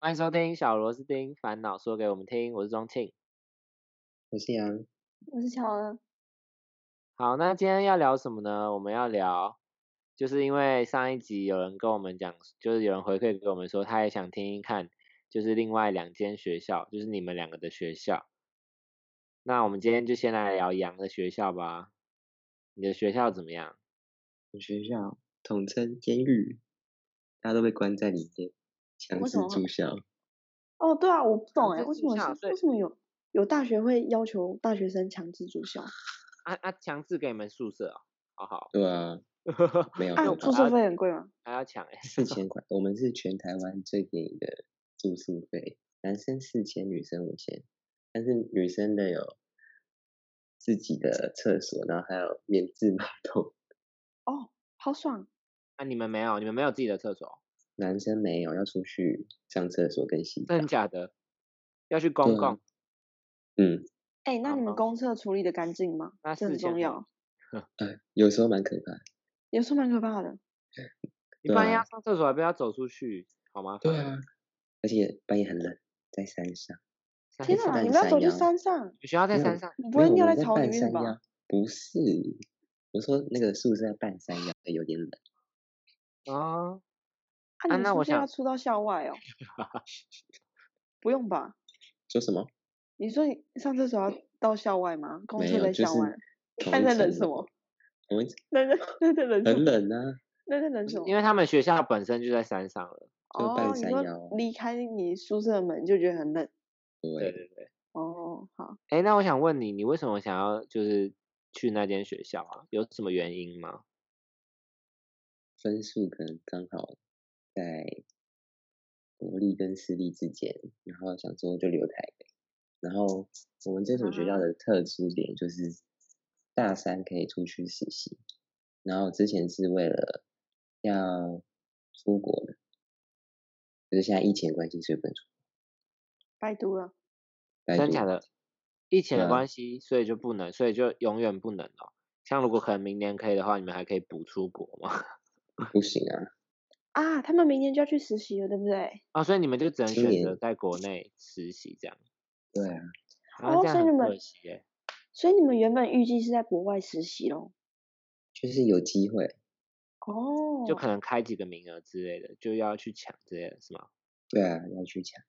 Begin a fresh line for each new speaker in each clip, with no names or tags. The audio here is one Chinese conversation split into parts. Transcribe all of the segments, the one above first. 欢迎收听小螺丝钉烦恼说给我们听，我是钟庆。
我是杨，
我是乔恩。
好，那今天要聊什么呢？我们要聊，就是因为上一集有人跟我们讲，就是有人回馈给我们说，他也想听听看，就是另外两间学校，就是你们两个的学校。那我们今天就先来聊杨的学校吧。你的学校怎么样？
我学校统称监狱，大家都被关在里面，强
为
制
什么
住校。
哦，对啊，我不懂哎、
强制
为什
住
么
校
是
对
为什么有有大学会要求大学生强制住校
啊啊，强制给你们宿舍哦，好好，
对啊， 没有
啊
没有？
住
还
宿
要
费很贵吗？
还要抢哎、
四千块，我们是全台湾最便宜的住宿费，男生四千，女生五千，但是女生的有自己的厕所，然后还有免治马桶，
哦，好爽！
那、啊你们没有，你们没有自己的厕所哦，
男生没有，要出去上厕所跟洗澡
真。的假的？要去公
对啊
共？
嗯，
哎、那你
好
们公厕处理的干净吗？
那
这很
4000
重
呢
要，
呃，有时候蛮可怕的。
也是蛮可怕的。
你
对
半夜
啊
要上厕所还不要走出去，好吗？
对啊，而且半夜很冷，在山上。
山
天
上
哪，
哪
你
你
们要走去
山
山上，
学校在
没有
山上，
你不
没有
会尿
我们
在草里
半山
面吧？啊
腰？不是，我说那个宿舍在半山腰，哎有点冷。
哦，啊
啊，你们
那
是
我
不是要
想
出到校外哦？不用吧？
说什么？
你说你上厕所要到校外吗？公
没
厕
有，
在
就
校
是
外，
同
看
一
在冷
层
什
楼
么？
同一层
那那那在冷什
很
么？
冷 啊，
那在冷什么？
因为他们学校本身就在山上了。
就
哦，
半
你
山
说
腰
离开你宿舍的门就觉得很冷。
对
对，
对对。
哦，好，
哎，那我想问你，你为什么想要就是去那间学校啊？有什么原因吗？
分数可能刚好在国立跟私立之间，然后想说就留台北。然后我们这所
啊
学校的特殊点就是大三可以出去实习，然后之前是为了要出国的，可是现在疫情的关系，所以不能出
拜读了。
国。
真假
的？
的？疫情的
对啊
关系，所以就不能，所以就永远不能哦。像如果可能明年可以的话，你们还可以补出国吗？
不行啊，
啊，他们明年就要去实习了，对不对？
啊，所以你们就只能
今
选
年
择在国内实习这样。
对啊，
啊，
哦
这样
所以你
很
们
可惜耶。
所以你们原本预计是在国外实习咯。
就是有机会，
哦，
就可能开几个名额之类的，就要去抢之类的，是吗？
对啊，要去抢。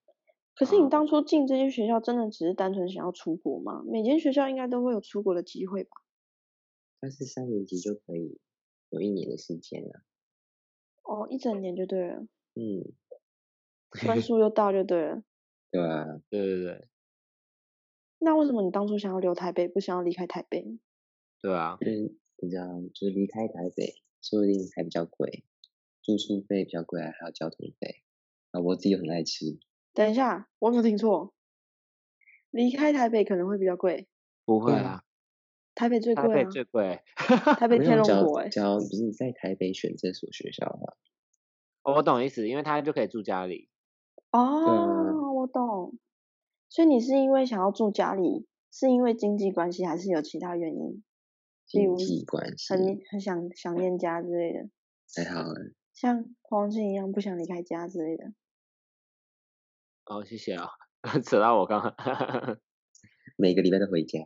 可是
嗯
啊
你当初进这些学校，真的只是单纯想要出国吗？每间学校应该都会有出国的机会吧？
但是三年级就可以有一年的时间了。
哦，一整年就对了，
嗯，
分数又到就对了。
对啊，
对对对，
那为什么你当初想要留台北，不想要离开台北呢？
对啊，
就是你知道，就是离开台北，说不定还比较贵，住宿费比较贵啊，还有交通费。啊，我自己又很爱吃，
等一下，我有没有听错？离开台北可能会比较贵，
不会
对
啊，
台嗯北最
台
贵
北
啊，
最贵。
台北
没
天
有
龙
交
国哎、
交，不是在台北选这所学校的话，
哦我懂意思，因为他就可以住家里。
啊
哦，我懂。所以你是因为想要住家里，是因为经济关系，还是有其他原因？例
经
如
济关系
很念很想想念家之类的，
还好啊。
像黄静一样不想离开家之类的。
哦， 谢谢啊、哦，扯到我刚刚。
每个礼拜都回家，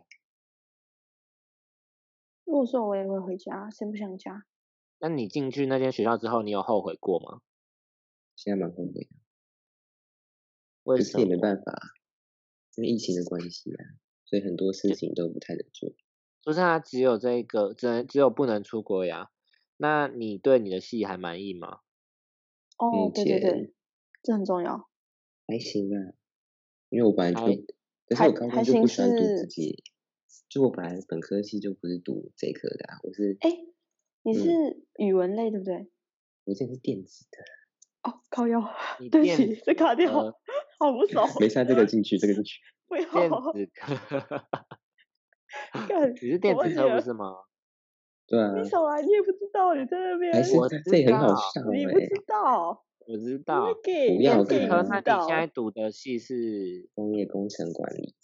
如果说我也会回家，谁不想家？
那你进去那间学校之后，你有后悔过吗？
现在蛮后悔的，
为
可
什
是也
么？
没办法啊，因为疫情的关系啊，所以很多事情都不太能做。
不是啊，只有这一个，只能只有不能出国呀。那你对你的戏还满意吗？
哦
目，
对
前
对对，这很重要。
还行啊，因为我本来
还
就，可是
哦还
我高
还
中就不
行
喜欢读
是
自己，就我本来本科系就不是读这科的、啊，我是
哎，你
嗯
是语文类对不对？
我这是电子的，
哦，靠腰，
你
对不
电
起，这卡掉，
呃
好不熟。
没事啊，这个进去，这个进去，
不要，
电子科，
干
你是电
我
子
女
科
儿
不是吗？
对啊，
你少来，你也不知道，你在那边，
还是
我
这
知
这也很好
道
笑
你不
哎、
知道，
我知
你
道
会。给
不
你
要
会
这个
给不
科，
知
那
道啊
你现在读的系是
工业工程管理，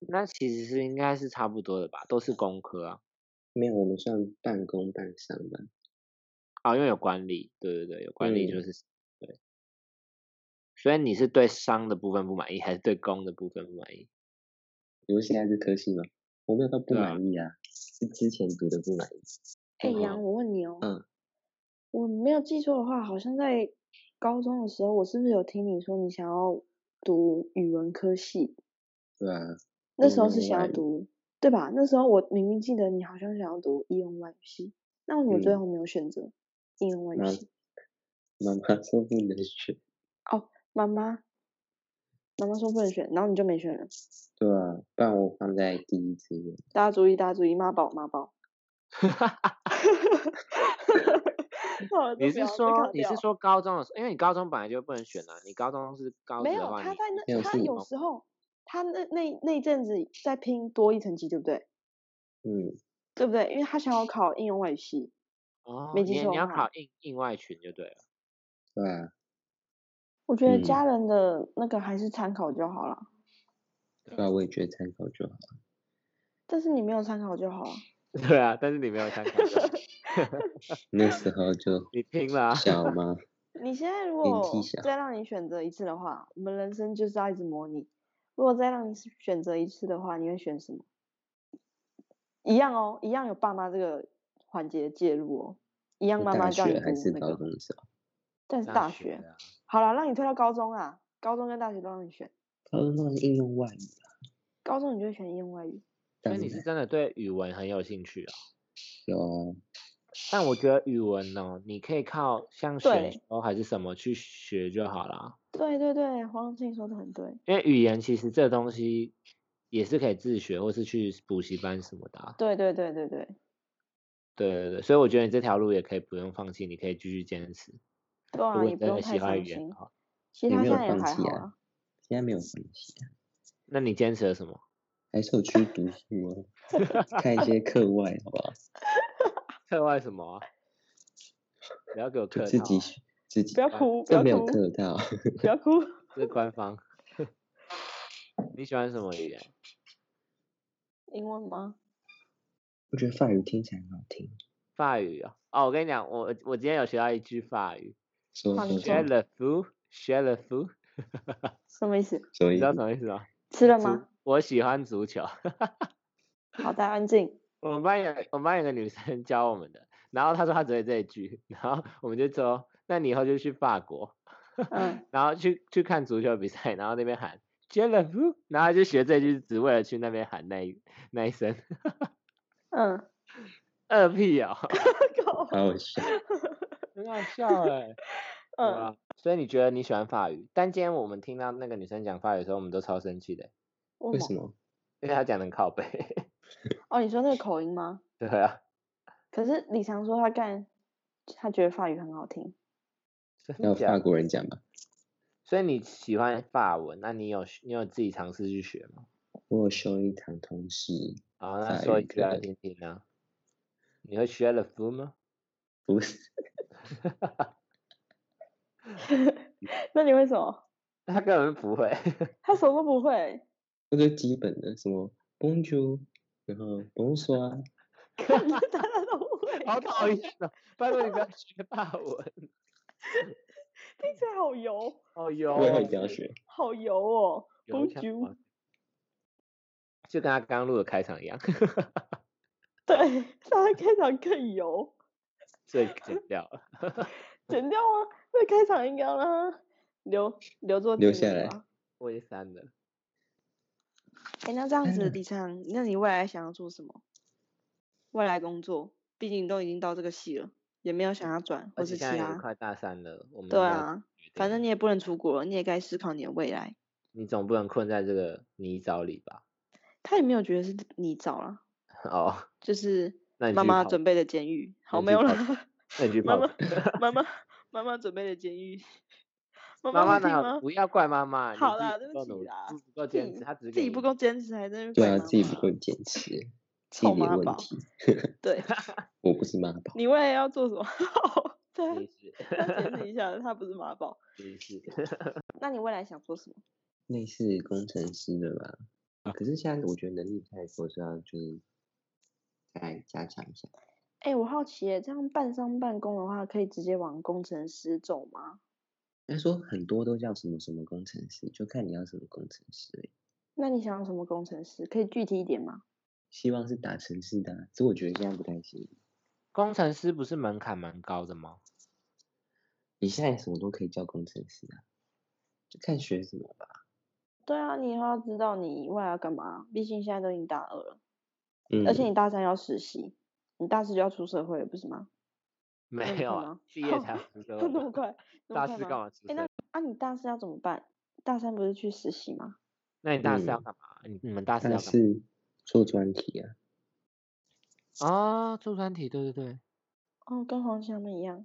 那其实是应该是差不多的吧，都是工科啊。
没有，我们算半工半商吧，
哦
嗯
啊，因为有管理，对对对，有管理就
嗯
是、所以你是对商的部分不满意，还是对工的部分不满意？
因为现在是科系嘛，我没有到不
对啊
满意啊，是之前读的不满意。
哎、
然后
杨，我问你哦，
嗯，
我没有记错的话，好像在高中的时候，我是不是有听你说你想要读语文科系？
对啊，
那
嗯
时候
没
是
有
想
外
要
语
读，对吧？那时候我明明记得你好像想要读应用外语系，那为什么最
嗯
后没有选择应用外语
那
系？
妈妈 说不能选，
妈妈，妈妈说不能选，然后你就没选了。
对啊，不然我放在第一志愿。
大家注意，大家注意，妈宝妈 宝。好了这
你
不
是
要这
说
卡
你是
掉
说高中的时候，因为你高中本来就不能选啊，你高中是高职
没有？
的话，
他
你
在
没
那
有
他
是
有时候他那那那一阵子在拼多一层级，对不对？
嗯，
对不对？因为他想要考应用外语系，
哦，
没
你
记
你
错的
要
话
考应应外群就对了。
对啊，
我觉得
嗯
家人的那个还是参考就好了。
对啊，我也觉得参考就好。
但是你没有参考就好了。
对啊，但是你没有参考到，
那时候就
你拼了、 啊。
小嘛，
你现在如
年纪
果
小
再让你选择一次的话，我们人生就是要一直模拟。如果再让你选择一次的话，你会选什么？一样哦，一样有爸妈这个环节介入哦，一样妈妈
大
叫你
学
读
还是
那
高
个，
中的时候，
但是大学。
啊，
好了，让你推到高中啊，高中跟大学都让你选，
高中都是应用外语啊，
高中你就会选英外语。
所
当
以你是
然
真的对语文很有兴趣哦。
有啊，
但我觉得语文哦，你可以靠像选
对
修还是什么去学就好啦。
对对对，黄永庆说的很对，
因为语言其实这东西也是可以自学，或是去补习班什么的啊、
对对对对对
对对对，所以我觉得你这条路也可以不用放弃，你可以继续坚持。
对
如
啊，
果
也
你
不
真
用
的
太
喜欢语
伤
言
心
的。话，
其
也
他
没
现
有
在也
放
还
弃
好
啊
啊，
现在没有放弃啊，
那你坚持了什么？
还是有去读书啊，看一 些课外，好不好？
课外什么、啊？不要给我
就
客
自
套
己
啊，
学自己
不，要哭，不
这
要
没有
哭，
课到，
不要哭。
这是官方。 你喜欢什么语言？
英文吗？
我觉得法语听起来很好听，
法语哦。哦，我跟你讲，我我今天有学到一句法语
说
好你
说
，je
说，
le fou，je le fou，
什么意思？
所
你
以
知道什么意思吗？
吃了
足
吗？
我喜欢足球。
好，大家安静。
我们班有我们班有个女生 教我们的，然后她说她只会这一句，然后我们就说，那你以后就去法国，
嗯，
然后去去看足球比赛，然后那边喊 je le fou，然后她就学这句，只为了去那边喊那一那一声，
嗯，
二屁哦，
够。
好好 笑，
很好笑哎、 对
嗯，
啊，所以你觉得你喜欢法语？但今天我们听到那个女生讲法语的时候，我们都超生气的，
为
为
什
什
么？
么？
因为她讲的靠背。
哦，你说那个口音吗？
对啊，
可是李翔说他干，他觉得法语很好听。
真
要
的假
法
的？
国人讲吧，啊
所以你喜欢法文，那你有你有自己尝试去学吗？
我有修一堂通识，
好，那
法
说
语
一句
课
来
的
听听啊。你会学了 f 吗？
不是，
那你为什么？
他根本不 会。
他什么都不会，
那就基本的什么 Bonjour，然后 Bonsoir，
大家都不会，
好讨厌哦！拜托你不要学法 文，
听起来好油，
好油
我也
哦。
会教学，
好油哦。
油腔
Bonjour
滑就跟他刚录的开场一样，
对， 他的开场更
嗯
油，
所以剪掉了。
剪掉啊！那开场应该要让它留留作
留
纪
下
念
来
吧
我也删了。
哎、那这样
天
子，
嗯
呐
李畅，那你未来想要做什么？未来工作，毕竟都已经到这个系了，也没有想要转或
而且
是
现
其
在也
他。
快大三了，我们
啊
应
对
该
啊，
决
反
定
正你也不能出国了，你也该思考你的未来。
你总不能困在这个泥沼里吧？
他也没有觉得是你找啦，
哦，
就是
那你
妈
去
妈
跑
准备的监狱。好，
你
没
去
有
跑
啦，
那你去
妈
泡
妈
吧。
妈妈妈妈准备的监狱。 妈
妈
妈
妈
会听
哪
吗
有？不要怪妈妈，你
好
自己
啦对不
不够
起
努力
啦
自己不够
自
坚
己
持，他只是
自
给
己
你
不够坚持，还在那边
对
怪
啊，
妈
自己不
妈
够坚持，自己
臭
没
妈
问
宝
题，
对，
我不是妈宝，
你未来要做什么？ 对啊，
你是
要解释 一下，他不是妈宝。
你是
那你未来想做什么？
类似工程师的吧，可是现在我觉得能力太多，所以要就是再加强一下，
哎、我好奇耶，这样半商半工的话，可以直接往工程师走吗？
应该说很多都叫什么什么工程师，就看你要什么工程师而已。
那你想要什么工程师？可以具体一点吗？
希望是打城市的啊、只是我觉得现在不太行。
工程师不是门槛蛮高的吗？
你现在什么都可以叫工程师啊，就看学什么吧。
对啊，你以后要知道你未来要干嘛，毕竟现在都已经大二了，
嗯，
而且你大三要实习，你大四就要出社会了，不是吗？
没有啊
嗯吗，
毕业 才出社
那么
会。
呃
快？那么
大
快
四
吗
干嘛出
哎、
社
那
会？
啊，你大四要怎么办？大三不是去实习吗？
那你大四要
嗯
干嘛？你你们大四
但
要干
是做专题啊，
嘛？啊，做专题，对对对，
哦，跟黄翔他们一样，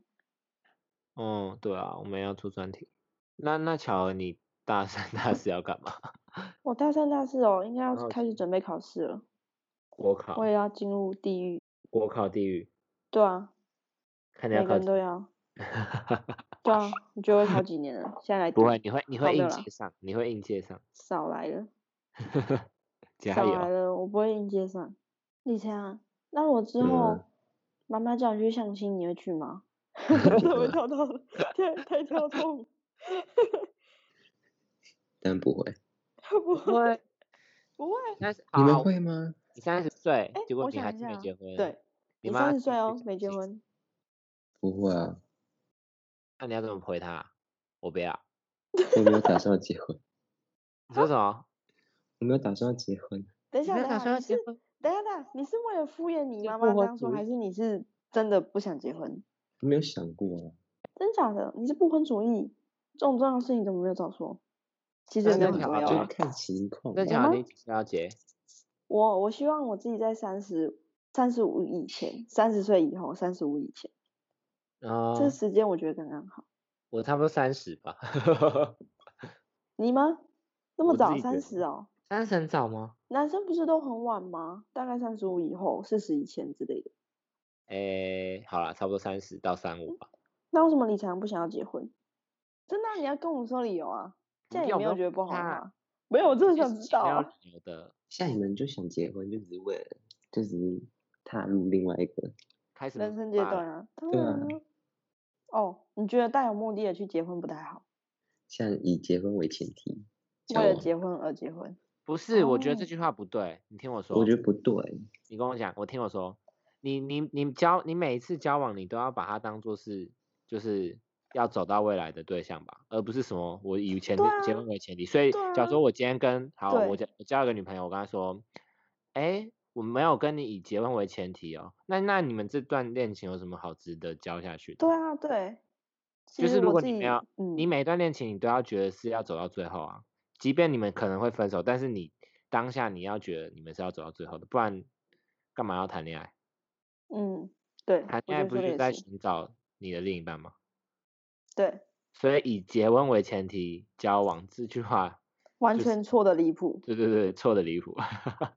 嗯，对啊，我们要出专题。那那巧儿，你大三大四要干嘛？
我大三大四哦，应该要
好
开始
奇
准备考试了，
国考
我，也要进入地狱。
国考地狱，
对啊，
看你要
每
考
个人
几
都要。
年。
对啊，你觉得会考几年了？现在来
不
读
会，你会你
好
会
没有
应
啦
届上，你会应届上，
少来了，
加
少
油！
来了，我不会应届上。李晨啊，那我之
怎么
后
嗯
了
妈妈叫你去相亲，你会去吗？ 怎么跳到 了？太太跳痛，
但不会。
不会
会，
不 会。
但是
你
好
们
好
会吗？
啊你三十岁
哎，，
结果
我
你还
想
是
一下
没
啊
结婚，
对，
你
你
妈
三十
叫
岁
你去相
哦，没结
亲，
婚，
不会啊，
那你要怎么回她？我不
啊
要。
我没有打算要结婚，
你说什么？
我没有打算要结婚。
等
你
一下，
没有
等一
打
下，
算
你
要结
是
婚？
等一下，等一下你是为了敷衍你
是
妈
不
妈这
婚
样说，
主
还
义
是你是真的不想结婚？
我没有想过啊。
真假的？你是不婚主义？这种重要的事情怎么没有早说？其实
那
也没有
那
很
巧儿
重要
嘞
就
啊。
看情况哦
那
吧。
巧儿
吗
你几岁啊要结？
我我希望我自己在三十、三十五以前，三十岁以后，三十五以前，这个
哦，
时间我觉得刚刚好。
我差不多三十吧。
你吗？那么
我自
早，
己觉
三
得
十哦？
三十很早吗？
男生不是都很晚吗？大概三十五以后、四十以前之类的。
诶，好啦，差不多三十到三
嗯
五吧。
那为什么李强不想要结婚？真的啊、你要跟我说理由啊！
你
这样也
有
没
没
有
有
觉得不好
看
吗？没有，我真的
这
想
是
知
情
道
要
啊。
理由的，
像你们就想结婚，就只是为了，就只是踏入另外一个。
开始
人生阶
骂了
段啊，当
对
然
啊
啊。哦，你觉得带有目的的去结婚不太好，
像以结婚为前提，
为
交
了
往，
结婚而结婚。
不是，我觉得
哦
这句话不对。你听我说，
我觉得不对。
你跟我讲，我听我说，你你你交你每一次交往，你都要把它当做是就是要走到未来的对象吧，而不是什么我以前提、
对
结
啊
婚为前提。所以，
对
假如
啊
说我今天跟好，我
对
交我交了个女朋友，我跟她说，哎，我没有跟你以结婚为前提哦，那那你们这段恋情有什么好值得交下去的？
对啊，对。其
就是
实
如
我
果
自
你没
己，
有，你
嗯，
每一段恋情你都要觉得是要走到最后啊，即便你们可能会分手，但是你当下你要觉得你们是要走到最后的，不然干嘛要谈恋爱？
嗯，对，
谈
我
恋爱
觉得
不是就
说的
是
也
在
是，
寻找你的另一半吗？
对，
所以以结婚为前提交往这句话，
完
就是
全错的离谱。
对对对，错的离谱。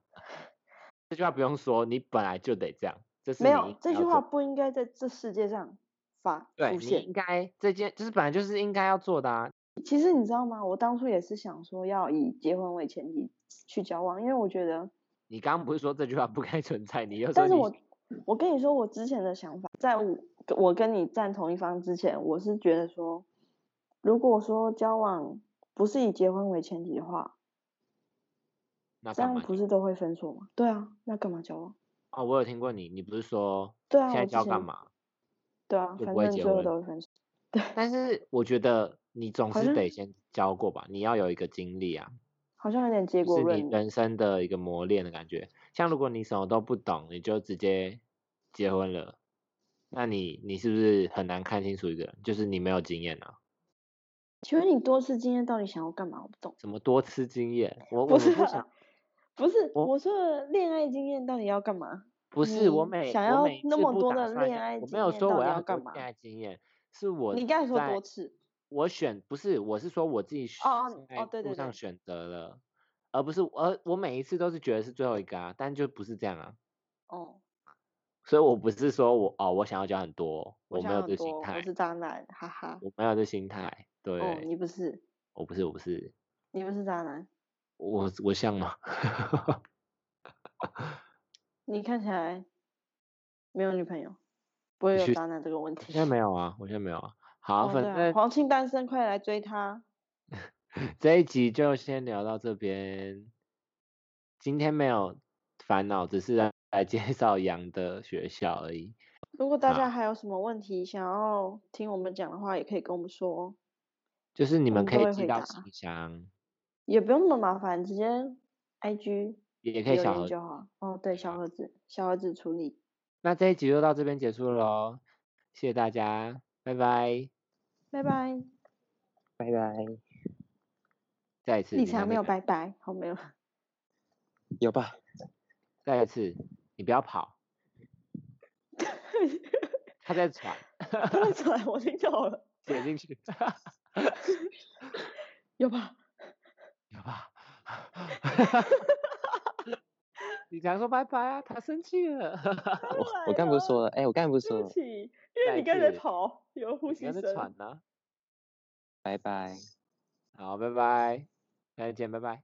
这句话不用说，你本来就得这样，这是
没
你
有
应该
这句
要
话
做，
不应该在这世界上发
对
出
你
现
应。该这件就是本来就是应该要做的啊。
其实你知道吗？我当初也是想说要以结婚为前提去交往，因为我觉得，
你刚刚不是说这句话不该存在，你又说
但是
你
我我跟你说，我之前的想法，在我我跟你站同一方之前，我是觉得说，如果说交往不是以结婚为前提的话，
那
这
干
样
嘛
不是都会分手吗？对啊，那干嘛交往？
哦，我有听过你，你不是说
对啊，
现在
我之
交
前
干嘛？
对啊，
就
反
不会
正
结
最后
婚？
都会分手。对，
但是我觉得你总
好
是
像
得先交过吧，你要有一个经历啊，
好像有点结
就
果
是你
论了。
人生的一个磨练的感觉。像如果你什么都不懂，你就直接结婚了，那你你是不是很难看清楚一个人？就是你没有经验啊，
请问你多次经验到底想要干嘛？我不懂。
什么多次经验，我
不
我
是
们不想
啊，不是
我
我说的恋爱经验到底要干嘛？
不是我
你
每
想
我
要
每一
那
次
么
不
多
打
的
算
恋
要，
爱
我没
经
有
验
说
到
我
底
要
要
很多
干
恋
嘛？
爱经验，是我
你刚才说多
在
次
我选不是，我是说我自己
哦
选
哦哦，
在
对
路
对
上
对，
选择了，而不是而我每一次都是觉得是最后一个啊，但就不是这样啊，
哦，
所以我不是说我哦我想要交很多，
我
我没
想
有
很
这心
多，我
态，
是渣男，哈哈。
我没有这心态，
哦，
对，
你不是，
我不是我不是
你不是渣男，
我我像吗？
你看起来没有女朋友，不会
你
有
去
渣男这个问
我现在
题。
没有啊，我现在没有啊，好，
哦
反
对啊
正
黄庆单身，快来追他！
这一集就先聊到这边。今天没有烦恼，只是来来介绍羊的学校而已。
如果大
好
家还有什么问题想要听我们讲的话，也可以跟我们说哦，
就是你
我
们
们
可
都
以
会
寄
哦回
到
答
信箱，
也不用那么麻烦，直接 I G
也可以
留
小
言
盒
就好。哦，对，小
好
盒子，小盒子处理，
那这一集就到这边结束喽，谢谢大家，拜拜。
拜拜。
拜拜。
再一次，
理
你
查
还
没有
改
拜拜，好没有，
有吧？
再一次，你不要跑，他在喘，
他们出来，我听到了，
写进 去，
有吧？
有吧？ 你常说拜拜啊，他生气了，
我我刚不是说了？
啊
哎、我刚不是说
对不
了？
起，因
再
为
一
你刚才
次
跑，有呼
你
吸
还在
声
喘。呢、
拜拜。
好，拜拜，再见，拜拜。